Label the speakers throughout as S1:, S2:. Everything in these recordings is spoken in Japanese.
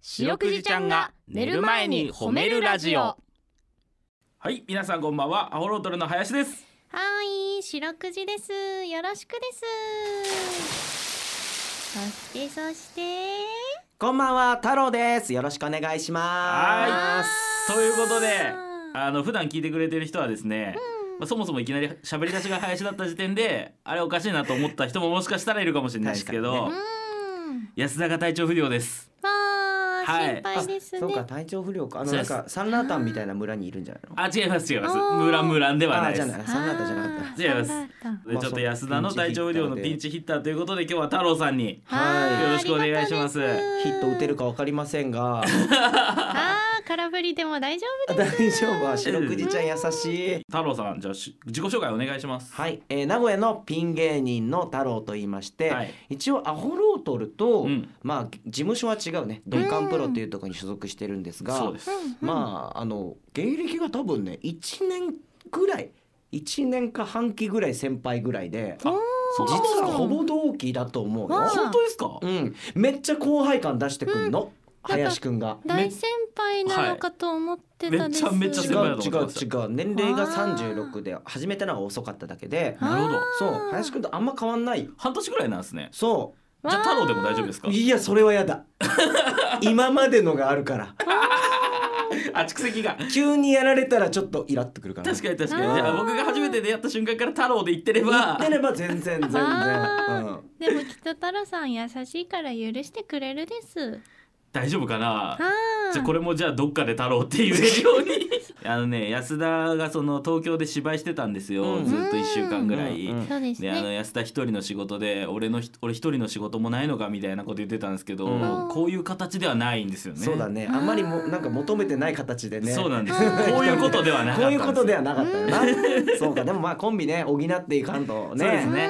S1: 白くじちゃんが寝る前に褒めるラジオは
S2: はい、皆さんこんばんは。アホロートルの林です。
S1: ーい白くじですよろしくですそしてそして
S3: こんばんは太郎です。よろしくお願いしま
S2: は
S3: す。
S2: ということで、あの普段聞いてくれてる人はですね、まあ、そもそもいきなり喋り出しが林だった時点で、あれおかしいなと思った人ももしかしたらいるかもしれないですけ
S3: 確
S2: ど、
S3: か
S1: うん
S2: 安田が体調不良です。
S1: わ
S2: はい
S1: ー心配です
S3: そう
S1: ね
S3: か体調不良かあの
S2: そうで
S3: なん
S2: す
S3: かサンラータンみたいな村にいるんじゃないの？
S2: あ、違います違います。
S1: おー
S2: ムラムランではないで
S3: あ
S2: す
S3: じゃ。ないサンラータンじゃなかっ
S2: 違います
S3: い
S2: でちょっと安田の体調不良のピンチヒッターということで今日は太郎さんに
S3: はい
S2: よろしくお願いします
S3: た。ヒット打てるかわかりませんが
S1: あー空振りでも大丈夫です
S3: 大丈夫は白くじちゃん優しい。
S2: 太郎さんじゃあし自己紹介お願いします。
S3: はい、えー名古屋のピン芸人の太郎と言いまして、
S2: はい
S3: 一応アホロートルと、
S2: うん
S3: まあ事務所は違うねドンカンプロっていうところに所属してるんですが、
S2: そうです。
S3: まああの芸歴が多分ね1年ぐらい1年か半期ぐらい先輩ぐらいで
S2: あ、そ
S3: 実
S2: うなんですか
S3: はほぼ同期だと思う
S1: わ
S3: よ
S1: あ、
S2: 本当ですか
S3: う。ん、めっちゃ後輩感出してくんの、林くんが。
S1: 大先輩なのかと思ってたです、
S2: はいめっちゃめっちゃ
S3: 違
S2: 先輩だ
S3: う
S2: と
S3: 違
S2: 思って
S3: う
S2: まし
S3: 違う年齢が
S1: わあ
S3: 36で始めたのが遅かっただけで
S2: なるほど。
S3: そう林くんとあんま変わんないよ
S2: 半年ぐらいなんですね。
S3: そ
S2: じゃあ太郎でも大丈夫ですか
S3: う。いやそれは やだ今までのがあるから
S2: あ、蓄積が。
S3: 急にやられたらちょっとイラっとくるから
S2: 確かに確か
S1: あ
S2: に。
S1: ー
S2: じゃあ僕が初めて出会った瞬間から太郎で言ってれば
S3: 言って。れば全然全然、う
S1: あ
S3: ん、
S1: ーでもきっと太郎さん優しいから許してくれるです。
S2: 大丈夫かな。
S1: あ
S2: じゃあこれもじゃあどっかで太郎って言えるよ うにあのね安田がその東京で芝居してたんですよ、
S3: うん
S2: ずっと1週間ぐらい、
S3: うんうん
S1: そうです
S2: であの
S1: ね。
S2: 安田一人の仕事で俺のひ俺一人の仕事もないのかみたいなこと言ってたんですけど、
S3: うん
S2: こういう形ではないんですよね。
S3: そうだね。あんまりもなんか求めてない形でね。。
S2: そうなんんですよ。こういうことではなかっ
S3: こ
S2: た
S3: うん
S2: です
S3: いう
S2: よ
S3: ことではなかったよな。そうか。でもまあコンビね補っていかんとね。
S2: そうですね。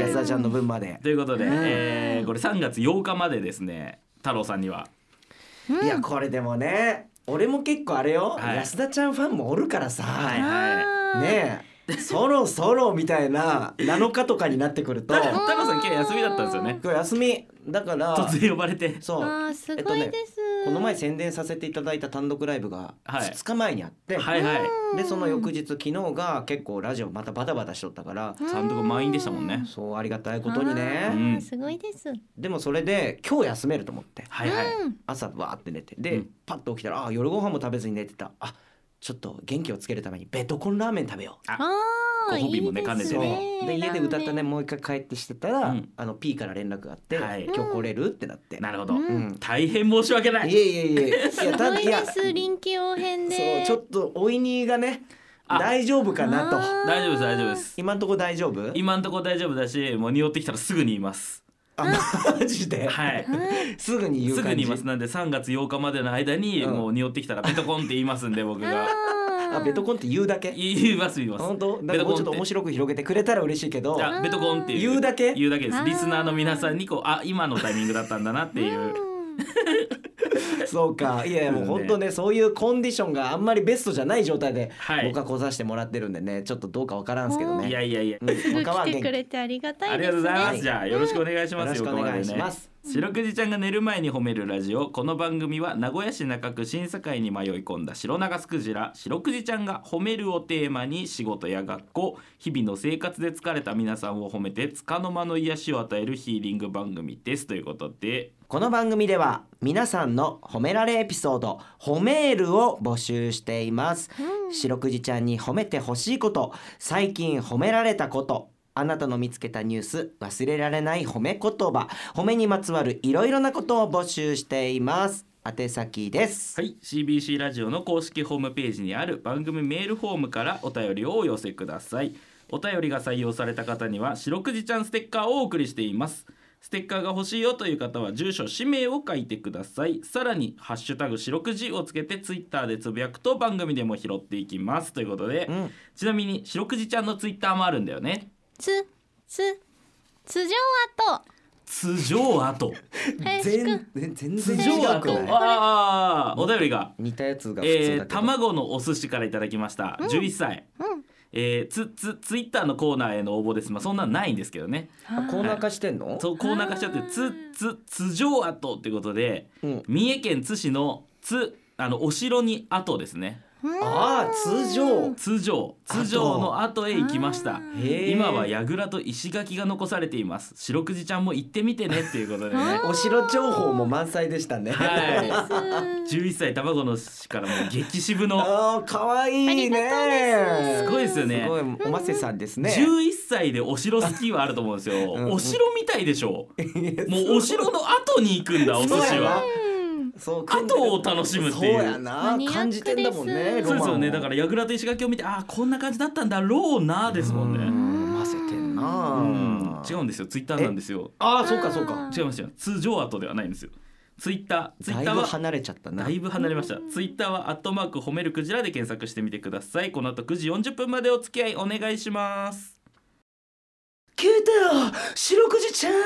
S3: 安
S2: は
S3: 田ちゃんの分まで
S2: い。。ということで、
S1: うん
S2: えーこれ3月8日までですね。太郎さんには。
S3: いやこれでもね、俺も結構あれよ。
S2: はい
S3: 安田ちゃんファンもおるから
S2: は
S3: さ。
S1: あー
S3: ねえ。そろそろみたいな7日とかになって くると、
S2: 太
S3: 今
S2: 郎さん今日休みだったんですよね。
S3: 日休みだから、
S2: 突然呼ばれて。
S3: そう。
S1: あーすごいです。
S3: この前宣伝させていただいた単独ライブが
S2: はい
S3: 2日前にあって、
S2: はいはい。
S3: でその翌日昨日が結構ラジオまたバタバタしとったから、
S2: 単独満員でしたもんね。
S3: そうありがたいことに
S1: あ
S3: ね、
S1: ー
S2: うん
S1: すごいです。
S3: でもそれで今日休めると思って
S2: はいはい。
S1: うん
S3: 朝わーって寝てで、
S2: うん
S3: パッと起きたらあ夜ご飯も食べずに寝てたあちょっと元気をつけるためにベトコンラーメン食べよ
S2: あ
S1: ああ、
S2: ご褒美もね
S1: いいです
S3: う
S2: で
S3: そう
S2: 兼ね
S3: で家で歌ったね
S1: ラーメン
S3: もう一回帰ってしてたら、
S2: うん
S3: あの P から連絡があって、
S2: はい
S3: 今日来れるってなって、
S2: なるほど。
S1: うん
S3: うん
S2: 大変申し訳ないい。
S3: えいえ いえいや
S1: すごい
S3: や
S1: です。臨機応変
S3: そう
S1: で。
S3: ちょっとおいにがね
S2: あ
S3: 大丈夫かなと
S1: あ
S2: 大丈夫です大丈夫です。
S3: 今んとこ大丈夫
S2: 今んとこ大丈夫だし、もう匂ってきたらすぐに言います。
S3: あマジで、
S2: はい。
S3: すぐに言う
S2: す
S3: 感じ
S2: ぐに言いますなんで3月8日までの間に
S3: うん
S2: もう匂ってきたらベトコンって言いますんで僕が
S1: あ
S3: あベトコンって言うだけ
S2: 言います言います
S3: 本当な
S2: ベト
S3: んかもう
S2: コンっ
S3: ちょっと面
S2: て
S3: 白く広げてくれたら嬉しいけど
S2: あベトコンって
S3: 言うだけ
S2: 言うだけで
S1: あ
S2: す
S1: ー
S2: リスナーの皆さんにこうあ今のタイミングだったんだなっていう
S3: そうかいやいやもう本当ねそういうコンディションがあんまりベストじゃない状態で
S2: はい
S3: 僕は来させてもらってるんでねちょっとどうかわからんすけどね
S2: いやいやいや
S3: うん
S1: すぐ
S3: 他は
S1: 来て
S3: 元気
S1: く
S3: よ
S1: れてありがた
S2: あ
S1: いで
S2: りがとう
S1: す
S2: ございま
S1: ね。
S2: すじゃあよろしくお願いします
S3: ろしくお願いします
S2: 白くじちゃんが寝る前に褒めるラジオこの番組は名古屋市中区審査会に迷い込んだ白長スクジラ白くじちゃんが褒めるをテーマに仕事や学校日々の生活で疲れた皆さんを褒めて束の間の癒しを与えるヒーリング番組ですということで
S3: この番組では皆さんの褒められエピソード褒めールを募集しています、白くじちゃんに褒めてほしいこと最近褒められたことあなたの見つけたニュース忘れられない褒め言葉褒めにまつわるいろいろなことを募集しています宛先です
S2: はい CBC ラジオの公式ホームページにある番組メールフォームからお便りをお寄せくださいお便りが採用された方には白くじちゃんステッカーをお送りしていますステッカーが欲しいよという方は住所氏名を書いてくださいさらに「ハッシュタグ白くじ」をつけてツイッターでつぶやくと番組でも拾っていきますということで、
S3: ん
S2: ちなみに白くじちゃんのツイッターもあるんだよね
S1: つつ通常アート
S2: 通常後
S1: 林くん
S3: 全全
S2: 通
S3: 然
S2: 常
S3: 違く
S2: 後
S3: ない
S2: ああお便りが
S3: 似たやつが普
S2: え
S3: 通
S2: ー
S3: だけど、
S2: 卵のお寿司からいただきました、11歳、えー、つつツイッターのコーナーへの応募ですまあそんなんないんですけどね
S3: あコーナー化してんの、
S2: そうコーナー化しちゃって
S1: あー
S2: つつつ城跡ってことで
S3: うん、
S2: 三重県津市の津あのお城に跡ですね
S3: ああ通常
S2: 通常通常の後へ行きました
S1: あ
S3: へえ
S2: 今は櫓と石垣が残されています白くじちゃんも行ってみてねっていうことでね
S1: あ
S3: お城情報も満載でしたね、
S2: は
S1: ー
S2: い11歳卵の市からもう激渋の
S3: ああ可愛いね
S1: ありがとうです
S2: ごいですよね
S3: すごいおませさんですね
S2: 11歳でお城好きはあると思うんですよ、
S3: うん
S2: お城みたいでしょもうお城の後に行くんだお寿
S3: そう
S2: 司
S3: やな
S2: は
S1: うん
S3: そう
S2: 後を楽しむっていう
S3: そうやな
S1: マニアックです
S3: 感じてんだもんね
S2: そうですよね
S3: ロマン
S2: だ
S3: を
S2: から櫓と石垣を見てああこんな感じだったんだろうなですもん
S3: う
S2: ね
S3: 混ぜてん
S2: う
S3: な、
S2: ん違うんですよツイッターなんですよ
S3: ああそうかそうか
S2: 違いますよ通常後ではないんですよツイッターツイ
S3: だ
S2: ッ
S3: い
S2: ター
S3: ぶ
S2: は
S3: 離れちゃったな
S2: だいぶ離れました
S1: うん
S2: ツイッターはアットマーク褒めるクジラで検索してみてくださいこの後9時40分までお付き合いお願いします
S3: 聞いてよ白くじちゃん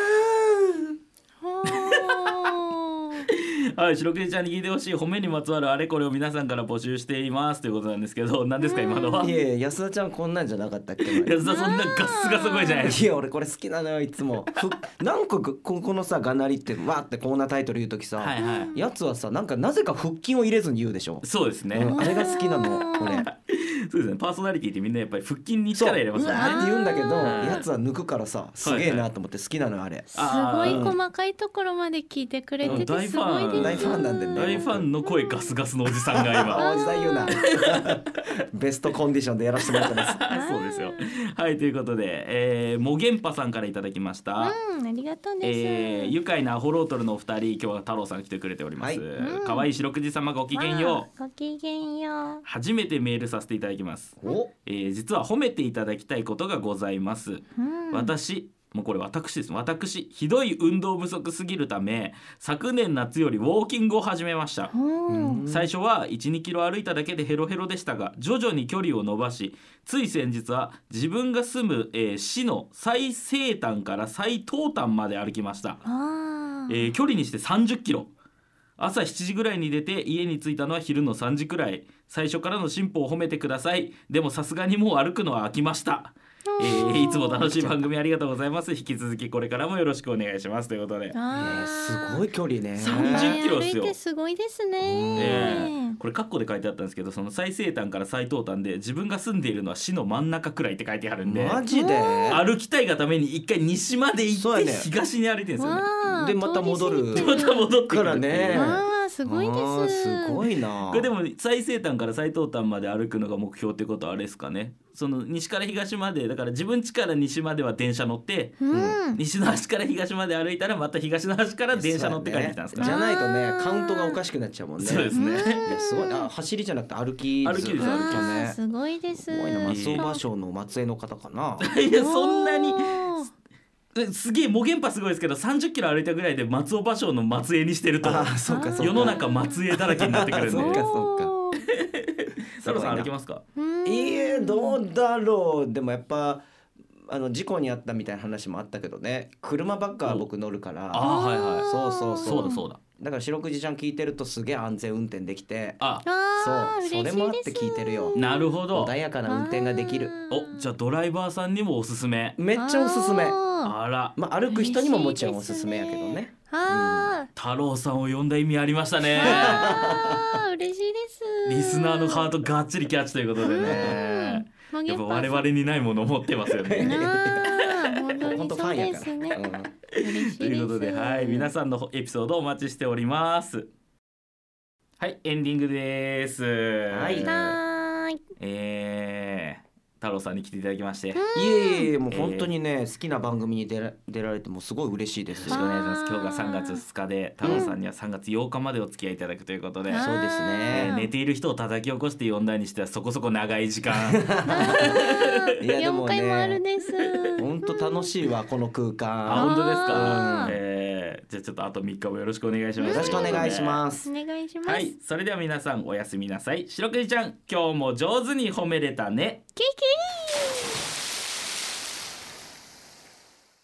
S1: ほー
S2: はい白くじちゃんに聞いてほしい褒めにまつわるあれこれを皆さんから募集していますということなんですけど何ですか
S1: うん
S2: 今のはい
S3: やいや安田ちゃんこんなんじゃなかったっけ前
S2: 安田そん なガッスガス声じゃないです
S3: いや俺これ好きなのよいつもふなんかここのさがなりってわーってコーナータイトル言う時さ、
S2: はいはい
S3: やつはさなんかなぜか腹筋を入れずに言うでしょ、
S2: そうですね、
S3: うんあれが好きなの
S1: うん
S3: 俺
S2: そうですねパーソナリティってみんなやっぱり腹筋に力入れます
S3: う
S2: よ
S3: わ
S2: ね
S3: ーって言うんだけど
S2: はい
S3: やつは抜くからさすげえなと思って好きなのよあれ
S1: す
S2: あ
S1: ごい
S2: ー
S1: 細かいところまで聞いてくれて
S2: う
S1: て
S2: ん
S1: すごいです
S3: 大ファンなんでね
S2: 大ファンの声ガスガスのおじさんが今
S3: あおじさん言うな ベストコンディションでやらせてもらってます
S2: あ そうですよ。はいということで、えー、もげんぱさんからいただきました。
S1: うんありがとうです、
S2: えー、愉快なアホロートルのお二人今日は太郎さん来てくれておりま
S3: はい
S2: す
S1: うん
S2: 可愛、い、白くじ様ごきげんよう
S1: うごきげんよう
S2: 初めてメールさせていただきます、
S3: お
S2: えー、実は褒めていただきたいことがございます、
S1: うん
S2: 私もうこれ私です私ひどい運動不足すぎるため昨年夏よりウォーキングを始めました
S1: うん
S2: 最初は12キロ歩いただけでヘロヘロでしたが徐々に距離を伸ばしつい先日は自分が住む、えー市の最西端から最東端まで歩きました、
S1: あ
S2: えー距離にして30キロ朝7時ぐらいに出て家に着いたのは昼の3時くらい最初からの進歩を褒めてくださいでもさすがにもう歩くのは飽きました、えーいつも楽しい番組ありがとうござい ます引き続きこれからもよろしくお願いしますということで
S1: ー
S3: え
S1: あ
S3: ーすご
S1: い
S3: い距離ね
S2: 30キロっすよ
S1: 歩いてすごいです
S2: え
S1: ね
S2: えこれカッコで書いてあったんですけどその最西端から最東端で自分が住んでいるのは市の真ん中くらいって書いてあるんで
S3: マジで
S2: 歩きたいがために一回西まで行
S3: そ
S2: っ
S3: う
S2: て
S3: やね
S2: 東に歩いてるんですよね。
S1: わー
S3: でまた戻る
S1: 通り過
S2: ま
S1: ぎて
S2: た戻ってくる
S3: からね
S1: あーすごいで
S3: あー
S1: す
S3: すごいな
S2: これでも最西端から最東端まで歩くのが目標ってことはあれですかねその西から東までだから自分家から西までは電車乗って
S1: うん
S2: 西の端から東まで歩いたらまた東の端から電車乗って帰ってきたんです
S3: じ
S2: か、
S3: ゃないとね
S1: あー
S3: カウントがおかしくなっちゃうもんね
S2: そうですね
S3: いやすごいな走りじゃなくて歩き
S2: 歩きです歩き
S1: あー
S3: ね
S1: すごいです
S3: すごいな松尾芭
S1: 場
S3: 蕉の末裔の方 かな
S2: いやそんなにえすげえもげんぱすごいですけど3 0キロ歩いたぐらいで松尾芭蕉の末裔にしてると
S3: あーそうかそうか
S2: 世の中末裔だらけになってくるん
S3: そっ
S2: で
S3: かそっか
S1: っか
S2: 太郎さん歩きますか
S1: うん
S3: いいえどうだろうでもやっぱあの事故にあったみたいな話もあったけどね車ばっかは僕乗るから
S2: あーはいはい
S3: そうそう
S2: そ
S3: そう
S2: うだそうだ
S3: だから四六時ちゃん聞いてるとすげえ安全運転できて
S2: あ
S1: あ
S3: そう
S1: ー
S3: それもあって聞いてるよ
S2: なるほど
S3: 穏やかな運転ができる
S2: おじゃあドライバーさんにもおすすめ
S3: めっちゃおすすめ
S1: あ
S2: あら
S3: まあ歩く人にももちろんおすすめやけどね
S1: ーあ
S2: 太郎さんを呼んだ意味ありましたね
S1: ーあー嬉しいです
S2: リスナーのハートがっちりキャッチということでね
S1: うん
S2: やっぱ我々にないものを持ってますよ
S1: あ
S2: ね
S1: ー
S3: 本
S1: 本
S3: 当
S1: 当
S3: フ
S1: に
S3: ァ
S1: そう
S3: ン
S1: で
S3: やか
S1: すね
S3: ら、うん
S1: 嬉しい
S2: ということではい皆さんのエピソードお待ちしておりますはいエンディングです
S3: はい
S1: んはーい
S2: えー、太郎さんに来ていただきまして、よ
S3: いえいえいえもう本当にね好きな番組に出ら出られてもすごい嬉しいです
S2: ろしくお願いします。今日が3月
S1: あー
S2: 2日で、太郎さんには3月8日までお付き合いいただくということで、
S1: あー
S3: そうですね
S2: えー
S1: うん
S2: 寝ている人を叩き起こして呼んだにしてはそこそこ長い時 間。
S3: いやでも
S1: 4回もある
S3: ね
S1: です
S3: 本当楽しいわこの空
S2: あ、
S3: 間
S2: 本当ですか
S1: あ。ー
S2: えー、じゃあちょっとあと3日もよろしくお願いします。
S3: よろしくお願いします
S1: お願いします、
S2: はい、それでは皆さんおやすみなさい。白くじちゃん、今日も上手に褒めれたね。
S1: キキー